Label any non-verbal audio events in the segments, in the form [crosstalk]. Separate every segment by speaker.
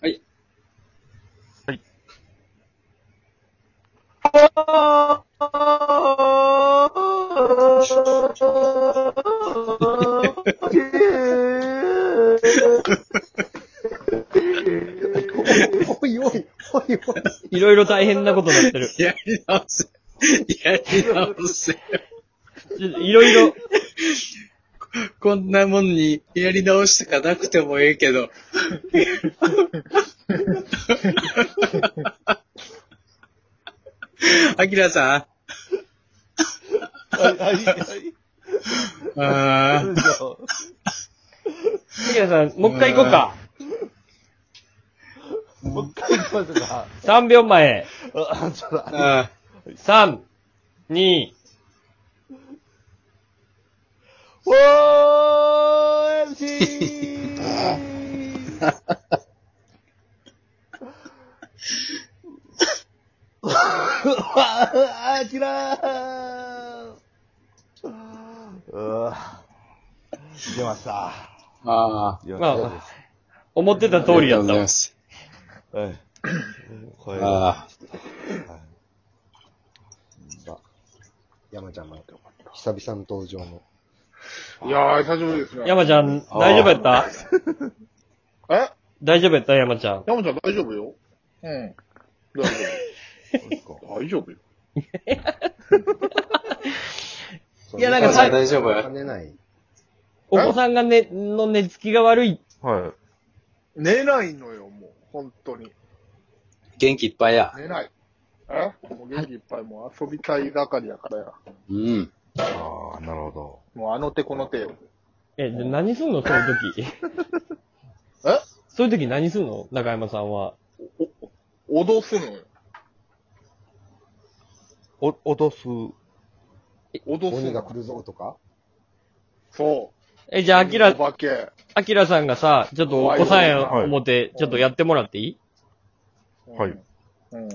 Speaker 1: はい。
Speaker 2: [laughs]
Speaker 3: おいおい、おいおい。
Speaker 2: いろいろ大変なことになってる。
Speaker 1: [laughs] やり直せ。やり直せ。
Speaker 2: いろいろ、
Speaker 1: こんなもんにやり直しとかなくてもええけど。 [laughs] アキラさ
Speaker 3: はい、はい、は
Speaker 1: ん、あ
Speaker 3: い。ど
Speaker 1: ー
Speaker 3: うでしょう
Speaker 2: 杉谷さん、もう一回行こうか。
Speaker 3: もう一回行きますか。
Speaker 2: 3秒前。
Speaker 3: あ、ちょっと、あ
Speaker 1: あ
Speaker 2: 3、2、
Speaker 3: OMG! あきらーうわ出ました。
Speaker 1: ーあ
Speaker 3: 出ま
Speaker 2: ま
Speaker 3: した
Speaker 2: あ。思ってた
Speaker 1: ー。
Speaker 2: 通りだ
Speaker 1: ありがと
Speaker 2: っ
Speaker 1: うござい
Speaker 2: た
Speaker 1: ま。す。
Speaker 3: はい。これは、
Speaker 1: あ
Speaker 4: 山ちゃんも久々の登場の。
Speaker 5: いやー、久しぶりですね。
Speaker 2: 山ちゃん、
Speaker 1: あー
Speaker 2: 大丈夫やった
Speaker 5: え
Speaker 2: 大丈夫やった山ちゃん。
Speaker 5: 山ちゃん大丈夫ようん。 [laughs] 大丈夫。大丈夫よ。
Speaker 2: いやなんかさ
Speaker 4: さ、
Speaker 1: 大丈夫
Speaker 4: 寝ない。
Speaker 2: お子さんがね、の寝つきが悪い。
Speaker 3: はい。
Speaker 5: 寝ないのよ、もう。本当に。
Speaker 1: 元気いっぱいや。
Speaker 5: 寝ない。えもう元気いっぱい、もう遊びたい盛りやからや。
Speaker 1: うん。
Speaker 3: ああ、なるほ
Speaker 5: もうあの手この手よ。
Speaker 2: え、で何すんのそういう
Speaker 1: [laughs]
Speaker 2: 時。
Speaker 5: え
Speaker 2: そういう時何すんの中山さんは。
Speaker 5: 脅すのよ。
Speaker 3: ど。お、落とす。
Speaker 5: 脅す
Speaker 4: 鬼が
Speaker 5: のよ
Speaker 4: 来。るぞとか
Speaker 5: そ
Speaker 2: え、じ
Speaker 5: う。
Speaker 2: ゃあ、アキ
Speaker 5: お
Speaker 2: ラ、
Speaker 5: 化け。
Speaker 2: アキラさんがさ、ちょっとお子さんや思って、ちょっとやってもらっていい
Speaker 5: うん
Speaker 3: はい。
Speaker 5: うん。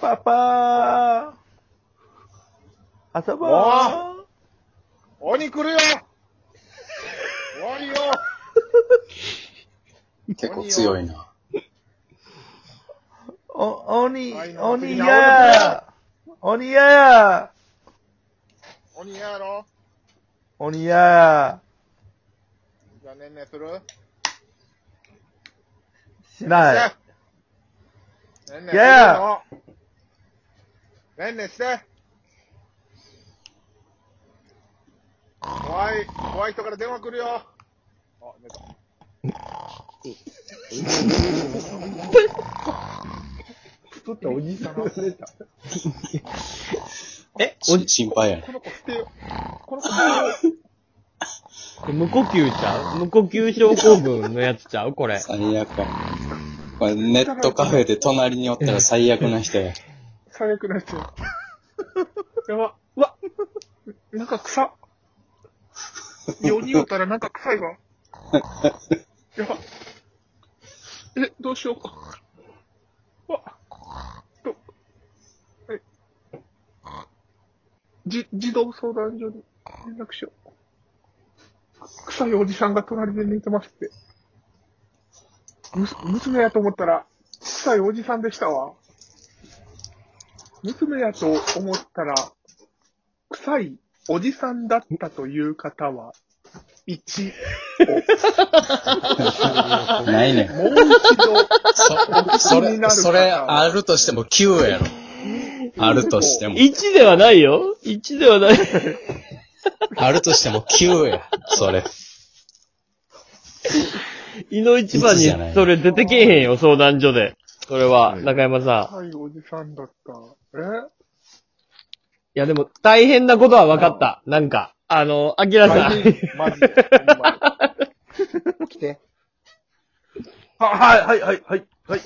Speaker 3: パパー遊ぼ
Speaker 5: ー鬼来るよ [laughs] 終わりよ
Speaker 1: 結構強いな。
Speaker 3: お、鬼
Speaker 5: 鬼嫌や
Speaker 3: 鬼やや
Speaker 5: 鬼嫌やろ
Speaker 3: 鬼やや
Speaker 5: じゃあ、ねんねする
Speaker 3: しな
Speaker 5: ねんね
Speaker 3: いや
Speaker 5: するのねんねして怖い、怖い人から電話来るよあ、寝た。
Speaker 4: ちょっとおじさん忘れた。
Speaker 2: えお
Speaker 1: し心配やね。
Speaker 5: この子捨てよ。この子捨てよ。
Speaker 2: 無呼吸ちゃう無呼吸症候群のやつちゃうこれ。
Speaker 1: 最悪や。これネットカフェで隣におったら最悪な人や。
Speaker 5: 最悪なやつや。 [laughs] やば。うわ。なんか [laughs] 臭。4人おったらなんか臭いわ。 [laughs] やば。え、どうしようか。うわ。ど、え。じ、児童相談所に連絡しよう。臭いおじさんが隣で寝てますって。むす、娘やと思ったら、臭いおじさんでしたわ。娘やと思ったら、臭いおじさんだったという方は、1、
Speaker 1: ないねん。
Speaker 5: もう一度、
Speaker 1: そ、そ
Speaker 5: 気に
Speaker 1: れ、
Speaker 5: なる
Speaker 1: それ、あるとしても9やろ。あるとしても。
Speaker 2: 1ではないよ ?1 では [laughs] ない。
Speaker 1: あるとしても9や。それ。
Speaker 2: 胃の一番
Speaker 1: 一じゃな
Speaker 2: に
Speaker 1: い
Speaker 2: それ出てけえへんよ、相談所で。それは、中山さん。い
Speaker 5: 臭いおじさんだった。え
Speaker 2: やでも、大変なことは分かった。なんか、あの、アキラさん。
Speaker 5: マジで、ほんまに
Speaker 4: 来て。
Speaker 3: あ、はい、はい、はい、はい、はい。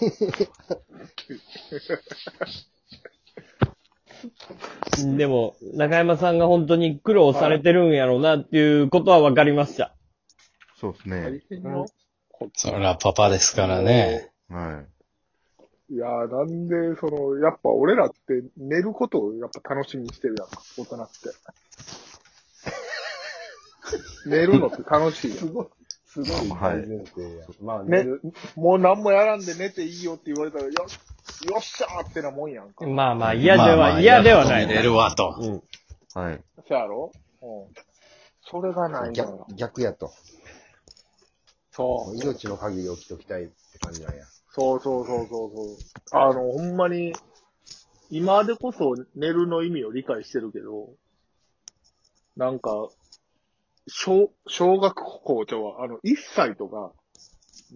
Speaker 2: [laughs] でも、中山さんが本当に苦労されてるんやろうなっていうことは分かりました。
Speaker 3: そうですね。
Speaker 5: 大変よ。
Speaker 1: そら、パパですからね。
Speaker 3: はい
Speaker 5: やー、なんで、その、やっぱ俺らって寝ることをやっぱ楽しみにしてるやんか、大 [laughs] 人って。寝るのって楽しいやん。
Speaker 4: すごい大前提や。まあ、
Speaker 5: ね
Speaker 4: 寝る。
Speaker 5: もう何もやらんで寝ていいよって言われたら、よよっしゃーってなもんやんか。
Speaker 2: まあまあ、嫌では、
Speaker 6: まあまあ
Speaker 2: 嫌ではない。
Speaker 6: やっと寝れるわと。
Speaker 2: うん。
Speaker 6: はい。
Speaker 5: そやろうん。それがないから。
Speaker 4: 逆逆やと。
Speaker 5: そう。
Speaker 4: 命の限り起きときたいって感じなんや。
Speaker 5: そうそうそうそうそう。あの、ほんまに、今でこそ寝るの意味を理解してるけど、なんか、小、小学校とは、あの、1歳とか、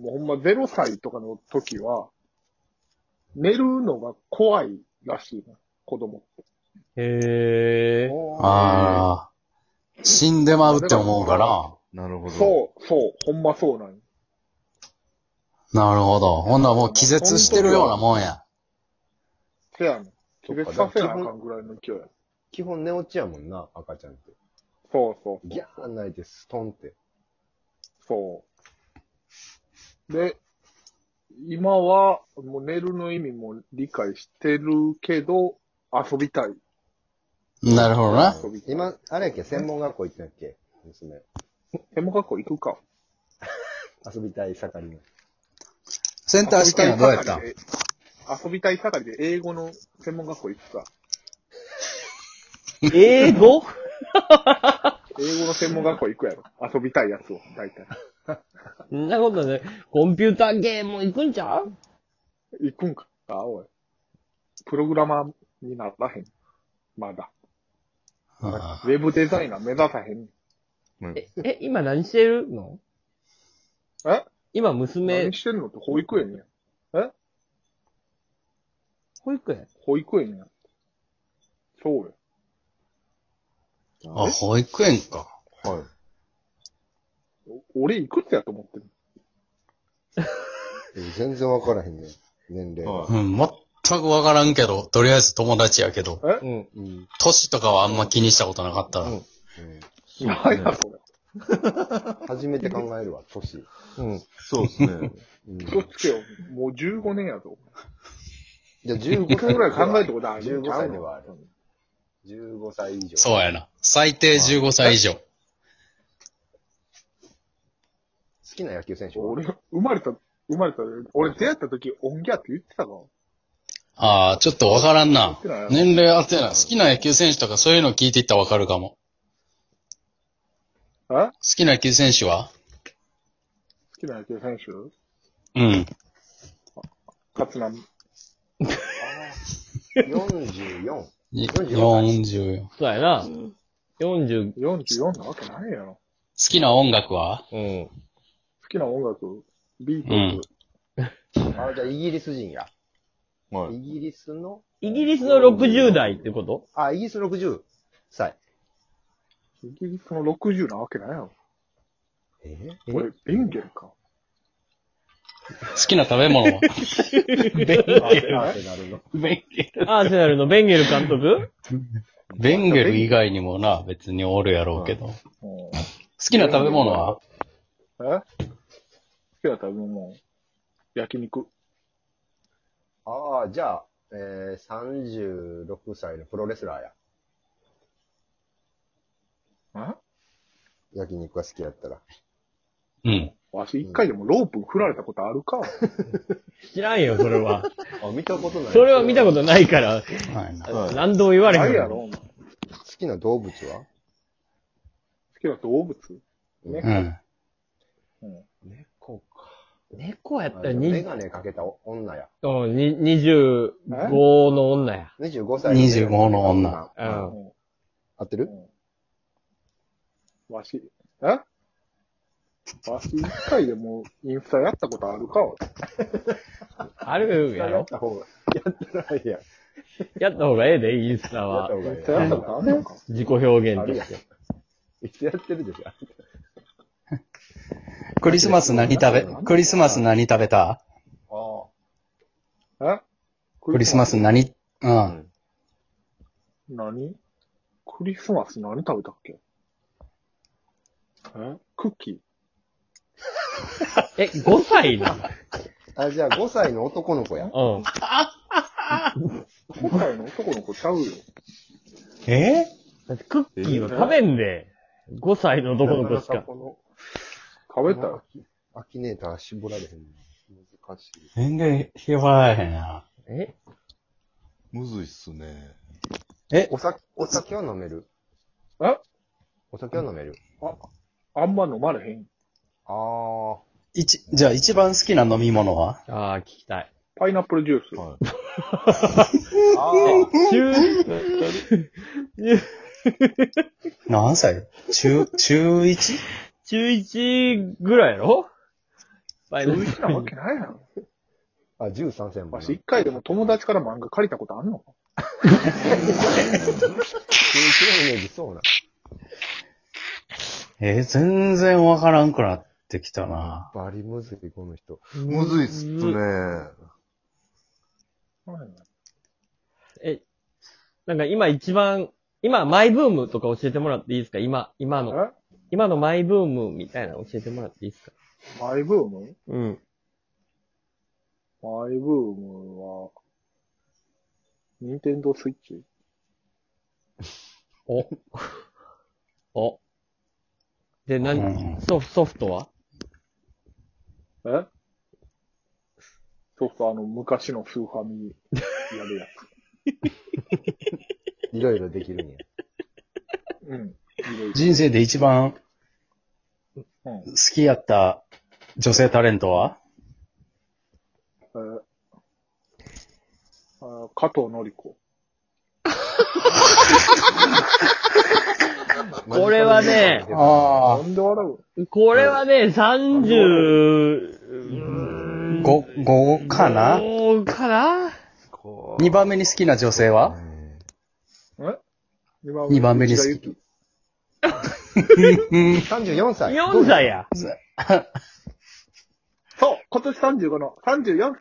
Speaker 5: もうほんま0歳とかの時は、寝るのが怖いらしいな、子供って。
Speaker 2: へえ。
Speaker 6: ああ。死んでまうって思うから。
Speaker 3: なるほど。
Speaker 5: そう、そう、ほんまそうなんよ
Speaker 6: なるほど。ほんならもう気絶してるようなもんや。
Speaker 5: せやねん。気絶させなあか
Speaker 4: そっ
Speaker 5: んぐらいの勢いや。
Speaker 4: 基本寝落ちやもんな、赤ちゃんって。
Speaker 5: そうそう。
Speaker 4: ギャー泣いてストンって。
Speaker 5: そう。で、今は、もう寝るの意味も理解してるけど、遊びたい。
Speaker 6: なるほどな。
Speaker 5: 遊びたい。
Speaker 4: 今、あれやっけ、専門学校行ってんやっけ、娘。
Speaker 5: 手も学校行くか。
Speaker 4: 遊びたい盛りの。
Speaker 6: センター試験はどうやったん
Speaker 5: 遊びたい盛りで遊びたい盛りで英語の専門学校行くか。
Speaker 2: [laughs] 英語
Speaker 5: 英語の専門学校行くやろ。遊びたいやつを、大体。
Speaker 2: そんなことね。コンピューターゲーム行くんちゃう
Speaker 5: 行くんか。あ、おい。プログラマーにならへん。まだ。
Speaker 6: あ
Speaker 5: ウェブデザイナー目指さへん。
Speaker 3: うん。
Speaker 2: え、今何してるの
Speaker 5: え
Speaker 2: 今娘
Speaker 5: 何、してんのって保育園やん。
Speaker 2: 保育園
Speaker 5: 保育園やん。そうや。
Speaker 6: ーあ、保育園か。
Speaker 4: はい。
Speaker 5: お俺いくつやと思ってる
Speaker 4: え全然わからへんね。年齢が。
Speaker 6: うん、全くわからんけど、とりあえず友達やけど、
Speaker 2: うん。
Speaker 4: うん。
Speaker 6: 歳とかはあんま気にしたことなかったら。
Speaker 2: うん
Speaker 5: 何やそれ。
Speaker 4: 初めて考えるわ、年。
Speaker 2: うん。
Speaker 3: そう
Speaker 4: [laughs]
Speaker 3: ですね。
Speaker 4: うん。
Speaker 5: 気をつけよ。もう15年やぞ。
Speaker 4: じゃあ15
Speaker 5: 一
Speaker 4: 歳
Speaker 5: 回ぐらい考えたことある
Speaker 4: 15歳ではある。15歳以上。
Speaker 6: そうやな。最低15歳以上。
Speaker 4: 好きな野球選手は
Speaker 5: 俺、生まれた、生まれた、俺出会った時、オンギャって言ってたか
Speaker 6: ああ、ちょっとわからんな。年齢当てない。好きな野球選手とかそういうの聞いていったらわかるかも。
Speaker 5: え好
Speaker 6: 好きな野球選手は
Speaker 5: きな野球選手
Speaker 6: うん。
Speaker 5: 勝浪。
Speaker 4: 44。
Speaker 6: 44。好
Speaker 2: そうやな。40、
Speaker 5: 44なわけないやろ。
Speaker 6: きな音楽は
Speaker 2: うん。
Speaker 5: 好きな音楽、ビート
Speaker 6: う
Speaker 5: ル
Speaker 6: ん。
Speaker 4: あ、じゃあイギリス人や。
Speaker 3: はい。
Speaker 4: イギリスの、
Speaker 2: イギリスの60代ってこと
Speaker 4: あ、イギリス60歳。
Speaker 5: ズ、イギリスの60なわけないやろ。
Speaker 4: え
Speaker 5: 俺、ベンゲルか。
Speaker 6: 好きな食べ [laughs] 物は
Speaker 4: あってなるの。
Speaker 2: アーセナルのベンゲル監督
Speaker 6: ベンゲル以外にもな、別におるやろうけど。好
Speaker 5: うん
Speaker 6: きな食べ物は
Speaker 5: え好きな食べ物、焼肉。
Speaker 4: ああ、じゃあ、えー、36歳のプロレスラーや。
Speaker 5: え
Speaker 4: 焼肉が好きやったら。
Speaker 6: うん。
Speaker 5: わし一回でもロープ振られたことあるか。
Speaker 2: 知らんよ、それは。
Speaker 4: あ、見たことな
Speaker 2: [laughs]
Speaker 4: い。
Speaker 2: それは見たことないから、
Speaker 6: はいな。
Speaker 3: はい
Speaker 2: 何度も言われ
Speaker 5: な
Speaker 2: へん
Speaker 5: いや
Speaker 2: よ。
Speaker 5: ろ、お前好
Speaker 4: 好きな動物は
Speaker 5: きな動物ね
Speaker 6: うん。
Speaker 4: 猫か。
Speaker 2: 猫やったら
Speaker 4: メ
Speaker 2: に
Speaker 4: ガネかけた女や。
Speaker 2: うんに25の女や。
Speaker 4: 25歳
Speaker 6: 25の女。
Speaker 2: うん。
Speaker 4: 合ってる
Speaker 5: わし、えわし一回でもインスタやったことあるか
Speaker 2: あるや
Speaker 4: やっ
Speaker 2: ろ
Speaker 4: た方が、やったらいいやん。や
Speaker 2: やった方がええで、インスタ
Speaker 4: っ
Speaker 2: は
Speaker 4: た。方が
Speaker 5: イ
Speaker 4: いい
Speaker 5: ンスタやったことあるのか
Speaker 2: 自己表
Speaker 4: やん。あ
Speaker 2: 現
Speaker 4: る
Speaker 2: で
Speaker 4: や。ん。いつやってるでしょ。
Speaker 6: クリスマス何食べ、クリスマス何食べた
Speaker 4: あ
Speaker 5: え
Speaker 6: クリスマ
Speaker 5: ス
Speaker 6: ス何、うん。
Speaker 5: 何クリスマス何食べたっけえクッキー
Speaker 2: え、5歳なの
Speaker 4: あ。あ、じゃあ5歳の男の子や。
Speaker 2: うん。
Speaker 5: 今回の男の子ちゃうよ。
Speaker 6: え
Speaker 2: だってクッキーを食べんで、5歳の男の子しか。
Speaker 4: この
Speaker 7: 食べたよ。
Speaker 4: アキネーター絞られへんな。難しい。
Speaker 6: 全然広がらへんな。
Speaker 2: え
Speaker 8: むずいっすね。
Speaker 4: お酒、お酒は飲める
Speaker 3: え
Speaker 4: お酒は飲める。
Speaker 3: あんま飲まれへん。
Speaker 4: あ
Speaker 6: 一、じゃあ一番好きな飲み物は
Speaker 2: ああ、聞きたい。
Speaker 3: パイナップルジュース。
Speaker 8: は
Speaker 4: ー。あー。
Speaker 2: 中、
Speaker 6: 何歳中、中 1?
Speaker 2: 中1ぐらいやろパイナ
Speaker 3: そう
Speaker 2: ッ
Speaker 3: いうなわけないやろ。
Speaker 4: あ、13戦も
Speaker 3: わし、一回でも友達から漫画借りたことあん
Speaker 4: イ
Speaker 3: の
Speaker 4: メージそうな。
Speaker 6: えー全然わからんくなってきたな。
Speaker 4: バリむずい、この人。
Speaker 8: い。むずいっすね。
Speaker 2: え、なんか今一番、今マイブームとか教えてもらっていいですか今、今の。
Speaker 3: え
Speaker 2: 今のマイブームみたいなの教えてもらっていいですか
Speaker 3: マイブーム
Speaker 2: うん。
Speaker 3: マイブームは、ニンテンドースイッチ
Speaker 2: お。 [laughs] お。で、何、ソフソフトは
Speaker 3: えそうそう、あの、昔のスーファミやるや
Speaker 4: いろいろできるんや。
Speaker 3: つ。うん。いろいろ
Speaker 6: 人生で一番
Speaker 3: うん
Speaker 6: 好きやった女性タレントは
Speaker 3: えーあー加藤のり子。
Speaker 2: これはね
Speaker 3: な
Speaker 6: あ
Speaker 3: んで笑う
Speaker 2: これはね、30、
Speaker 6: あ、5、5かな
Speaker 2: 5かな
Speaker 6: ?2 番目に好きな女性は
Speaker 3: え
Speaker 6: 二番目に好き
Speaker 3: 内田有紀
Speaker 4: 34歳。
Speaker 2: 啊 ?4 歳や。
Speaker 3: そう、今年35の34